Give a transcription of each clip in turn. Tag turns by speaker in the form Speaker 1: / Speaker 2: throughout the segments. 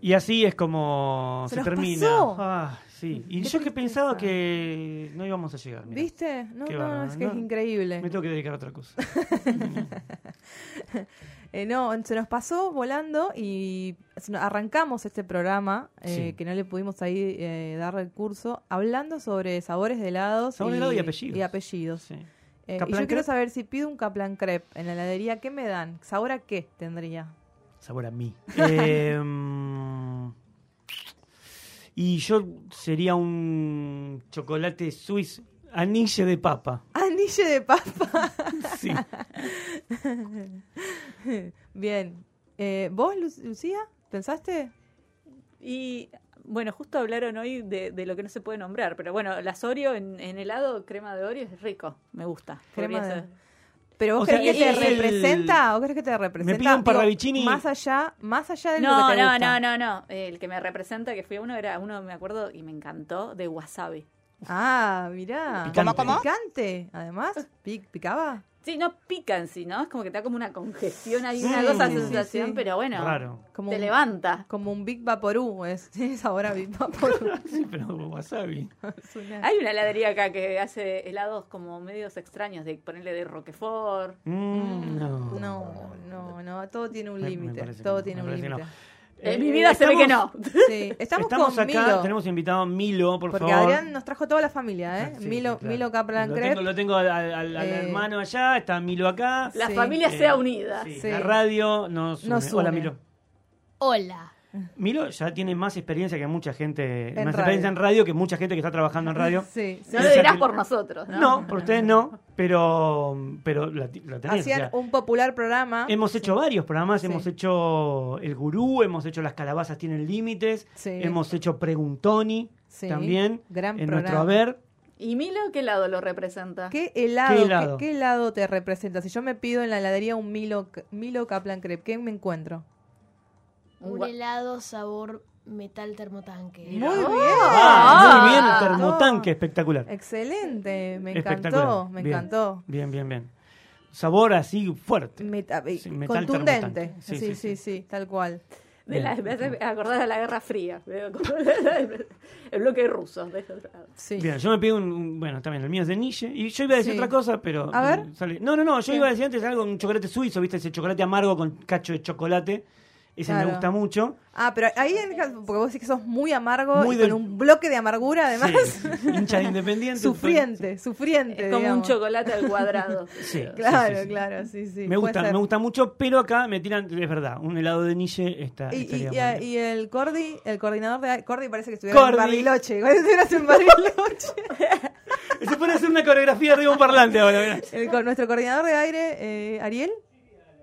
Speaker 1: Y así es como
Speaker 2: Se
Speaker 1: se,
Speaker 2: nos
Speaker 1: termina.
Speaker 2: pasó.
Speaker 1: Ah, sí. Y
Speaker 2: Qué
Speaker 1: yo que
Speaker 2: tristeza.
Speaker 1: pensaba que no íbamos a llegar. mirá.
Speaker 2: ¿Viste? No,
Speaker 1: Qué
Speaker 2: no,
Speaker 1: bárbaro,
Speaker 2: es que es
Speaker 1: ¿no?
Speaker 2: increíble.
Speaker 1: Me tengo que dedicar a otra cosa. Mm.
Speaker 2: Eh, no, se nos pasó volando y se nos- arrancamos este programa eh,
Speaker 1: Sí.
Speaker 2: que no le pudimos ahí eh, dar el curso hablando sobre sabores de helados
Speaker 1: Sabores de helado y apellidos.
Speaker 2: y apellidos.
Speaker 1: Sí.
Speaker 2: Eh, y
Speaker 1: Caplan
Speaker 2: yo quiero
Speaker 1: crepe.
Speaker 2: saber si pido un caplan crepe en la heladería, ¿qué me dan? ¿Sabor a qué tendría?
Speaker 1: Sabor a mí. Eh, mm, y yo sería un chocolate suizo. Anille de papa.
Speaker 2: Anille de papa.
Speaker 1: Sí.
Speaker 2: Bien. Eh, ¿Vos, Lu- Lucía? ¿Pensaste?
Speaker 3: Y bueno, justo hablaron hoy de, de lo que no se puede nombrar, pero bueno, las Oreo en, en helado, crema de Oreo es rico, me gusta.
Speaker 2: Crema
Speaker 3: Podría
Speaker 2: de-
Speaker 3: ser.
Speaker 2: ¿Pero vos
Speaker 1: O sea,
Speaker 2: crees que te
Speaker 1: es el-
Speaker 2: representa? ¿O crees que te representa?
Speaker 1: pide un parravicini.
Speaker 2: Más allá, más allá de lo
Speaker 3: No,
Speaker 2: que te
Speaker 3: no,
Speaker 2: gusta.
Speaker 3: no, no, no. El que me representa, que fui a uno, era uno, me acuerdo, y me encantó, de wasabi.
Speaker 2: Ah, mirá.
Speaker 1: Picante. ¿Cómo, cómo?
Speaker 2: Picante, además. Pic- ¿Picaba?
Speaker 3: Sí, no pica en sí, ¿no? Es como que te da como una congestión, hay
Speaker 1: Sí,
Speaker 3: una cosa,
Speaker 1: sí, sí,
Speaker 3: sensación,
Speaker 2: sí.
Speaker 3: pero bueno,
Speaker 1: Raro.
Speaker 2: Como
Speaker 3: te
Speaker 2: un-
Speaker 3: levanta.
Speaker 2: Como un Big Vaporú. Es, es ahora Big Vaporú.
Speaker 1: Sí, pero con wasabi.
Speaker 2: Es una-
Speaker 3: Hay una heladería acá que hace helados como medios extraños, de ponerle de Roquefort.
Speaker 1: Mm, no.
Speaker 2: No, no, no. Todo tiene un
Speaker 1: Me- me
Speaker 2: límite.
Speaker 1: parece que
Speaker 2: Todo
Speaker 1: no,
Speaker 2: tiene
Speaker 1: me
Speaker 2: un
Speaker 1: parece que
Speaker 2: límite.
Speaker 3: Eh,
Speaker 1: Eh,
Speaker 3: mi vida se ve que no.
Speaker 2: Sí. Estamos,
Speaker 1: Estamos acá,
Speaker 2: con Milo.
Speaker 1: tenemos invitado a Milo, por
Speaker 2: porque
Speaker 1: favor.
Speaker 2: Adrián nos trajo toda la familia, ¿eh?
Speaker 1: Ah, sí,
Speaker 2: Milo,
Speaker 1: sí, claro.
Speaker 2: Milo Kaplan
Speaker 1: lo
Speaker 2: Crepe.
Speaker 1: tengo, lo tengo al, al- al- al
Speaker 2: Eh,
Speaker 1: hermano allá, está Milo acá.
Speaker 3: La
Speaker 2: Sí.
Speaker 3: familia
Speaker 1: Eh,
Speaker 3: sea unida.
Speaker 1: sí,
Speaker 2: Sí.
Speaker 1: La radio nos,
Speaker 2: Nos
Speaker 1: une. Hola,
Speaker 2: une.
Speaker 1: Milo.
Speaker 4: Hola.
Speaker 1: Milo ya tiene más experiencia que mucha gente. más
Speaker 2: radio.
Speaker 1: experiencia en radio que mucha gente que está trabajando en radio.
Speaker 2: Sí, sí.
Speaker 3: No lo
Speaker 1: Sí.
Speaker 3: dirás por nosotros, ¿no?
Speaker 1: No, por ustedes no, pero, pero la, ti- la tenés. Em,
Speaker 2: Hacían
Speaker 1: o sea,
Speaker 2: un popular programa.
Speaker 1: Hemos hecho varios programas,
Speaker 2: Sí.
Speaker 1: hemos hecho El Gurú, hemos hecho Las Calabazas Tienen Límites,
Speaker 2: Sí.
Speaker 1: hemos hecho Preguntoni
Speaker 2: Sí.
Speaker 1: también,
Speaker 2: Gran
Speaker 1: en nuestro
Speaker 2: programa.
Speaker 1: haber.
Speaker 3: ¿Y Milo qué lado lo representa?
Speaker 2: ¿Qué helado,
Speaker 1: ¿Qué
Speaker 2: ¿Qué
Speaker 1: helado?
Speaker 2: helado? ¿qué, helado te representa? Si yo me pido en la heladería un Milo, Milo Kaplan Crepe, ¿qué me encuentro?
Speaker 4: Un helado sabor metal termotanque.
Speaker 2: Muy bien.
Speaker 1: Ah, muy bien,
Speaker 2: Me
Speaker 1: el
Speaker 2: encantó.
Speaker 1: termotanque, espectacular.
Speaker 2: Excelente, me
Speaker 1: Espectacular.
Speaker 2: encantó, me
Speaker 1: Bien,
Speaker 2: encantó.
Speaker 1: Bien, bien, bien. Sabor así fuerte.
Speaker 2: Meta- eh,
Speaker 1: Sí, metal
Speaker 2: contundente.
Speaker 1: termotanque.
Speaker 2: Sí sí sí, tal cual.
Speaker 3: De la-
Speaker 1: Bien.
Speaker 3: me hace acordar a la Guerra Fría. veo como- el bloque ruso. de otro lado.
Speaker 2: Sí.
Speaker 1: Bien, yo me pido un, un- Bueno, también el mío es de Niche. Y yo iba a decir
Speaker 2: Sí.
Speaker 1: otra cosa, pero. mm,
Speaker 2: A ver.
Speaker 1: sale- No, no, no. Yo
Speaker 2: Sí.
Speaker 1: iba a decir antes algo, un chocolate suizo, ¿viste? Ese chocolate amargo con cacho de chocolate. Ese
Speaker 2: Claro.
Speaker 1: me gusta mucho.
Speaker 2: Ah, pero ahí, en- porque vos decís que sos muy amargo
Speaker 1: Muy
Speaker 2: y
Speaker 1: del-
Speaker 2: con un bloque de amargura, además.
Speaker 1: Sí, hincha de independiente.
Speaker 2: sufriente, sufriente.
Speaker 3: Es como un
Speaker 2: digamos.
Speaker 3: chocolate al cuadrado.
Speaker 1: fue- Sí, sí,
Speaker 2: Claro,
Speaker 1: sí, sí.
Speaker 2: claro, sí, sí.
Speaker 1: Me
Speaker 2: puede
Speaker 1: gusta,
Speaker 2: ser.
Speaker 1: me gusta mucho, pero acá me tiran, es verdad, un helado de Niche está.
Speaker 2: Y, y-
Speaker 1: estaría
Speaker 2: y a-
Speaker 1: bueno.
Speaker 2: y el Cordy, el coordinador de Cordy parece que estuviera
Speaker 1: Cordy.
Speaker 2: en Barriloche. Parece que estuvieras en Bariloche.
Speaker 1: Se pone a hacer una coreografía arriba de un parlante ahora, mirá.
Speaker 2: El co- nuestro coordinador de aire, eh, Ariel,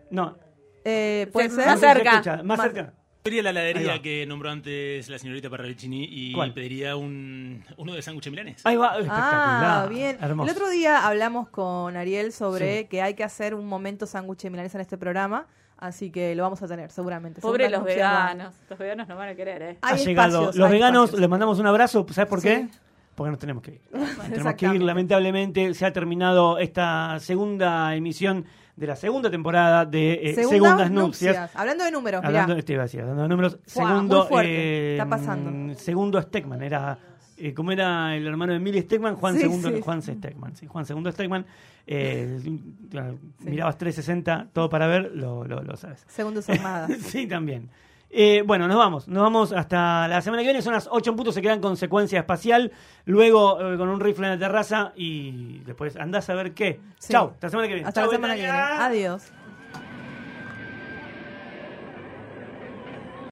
Speaker 1: No.
Speaker 2: eh, puede
Speaker 3: Sí,
Speaker 2: ser.
Speaker 3: más
Speaker 1: no se
Speaker 3: cerca.
Speaker 1: escucha, más
Speaker 2: Más-
Speaker 1: cerca.
Speaker 5: Pediría la heladería
Speaker 1: Ahí va.
Speaker 5: que nombró antes la señorita Parravicini y
Speaker 1: ¿Cuál?
Speaker 5: pediría un, uno de sándwiches milanes.
Speaker 1: Ahí va, espectacular.
Speaker 2: Ah, bien.
Speaker 1: Hermoso.
Speaker 2: El otro día hablamos con Ariel sobre
Speaker 1: Sí.
Speaker 2: que hay que hacer un momento sándwich de milanesa en este programa, así que lo vamos a tener seguramente.
Speaker 3: Pobre los
Speaker 2: Seguramente va-
Speaker 3: veganos. Los veganos no van a querer, ¿eh?
Speaker 1: ha
Speaker 2: Hay
Speaker 1: llegado.
Speaker 2: espacios,
Speaker 1: Los
Speaker 2: hay
Speaker 1: veganos
Speaker 2: espacios.
Speaker 1: les mandamos un abrazo. ¿Sabes por qué?
Speaker 2: Sí.
Speaker 1: Porque nos tenemos que ir. Nos tenemos que ir,
Speaker 2: exactamente.
Speaker 1: lamentablemente. Se ha terminado esta segunda emisión de la segunda temporada de eh,
Speaker 2: Segundas
Speaker 1: Segundas
Speaker 2: nupcias.
Speaker 1: Nupcias.
Speaker 2: Hablando de números, mirá.
Speaker 1: Hablando, este, iba a decir, hablando de números,
Speaker 2: Fua, muy
Speaker 1: segundo.
Speaker 2: fuerte.
Speaker 1: eh,
Speaker 2: Está pasando.
Speaker 1: Segundo Stegman. Era. eh, ¿Cómo era el hermano de Emilio Stegman? Juan
Speaker 2: Sí,
Speaker 1: Segundo.
Speaker 2: sí.
Speaker 1: Juan Stegman. sí, Juan Segundo Stegman. Eh, Mirabas 360, todo para ver, lo- lo- lo sabes.
Speaker 2: Segundos Armadas.
Speaker 1: Sí, también. Eh, bueno, nos vamos. Nos vamos hasta la semana que viene. Son las 8 en punto. Se quedan con secuencia espacial. Luego eh, con un rifle en la terraza. Y después andás a ver qué.
Speaker 2: Sí.
Speaker 1: Chau. Hasta la semana que viene.
Speaker 2: Hasta
Speaker 1: Chau,
Speaker 2: la semana que viene.
Speaker 1: Italia.
Speaker 2: Adiós.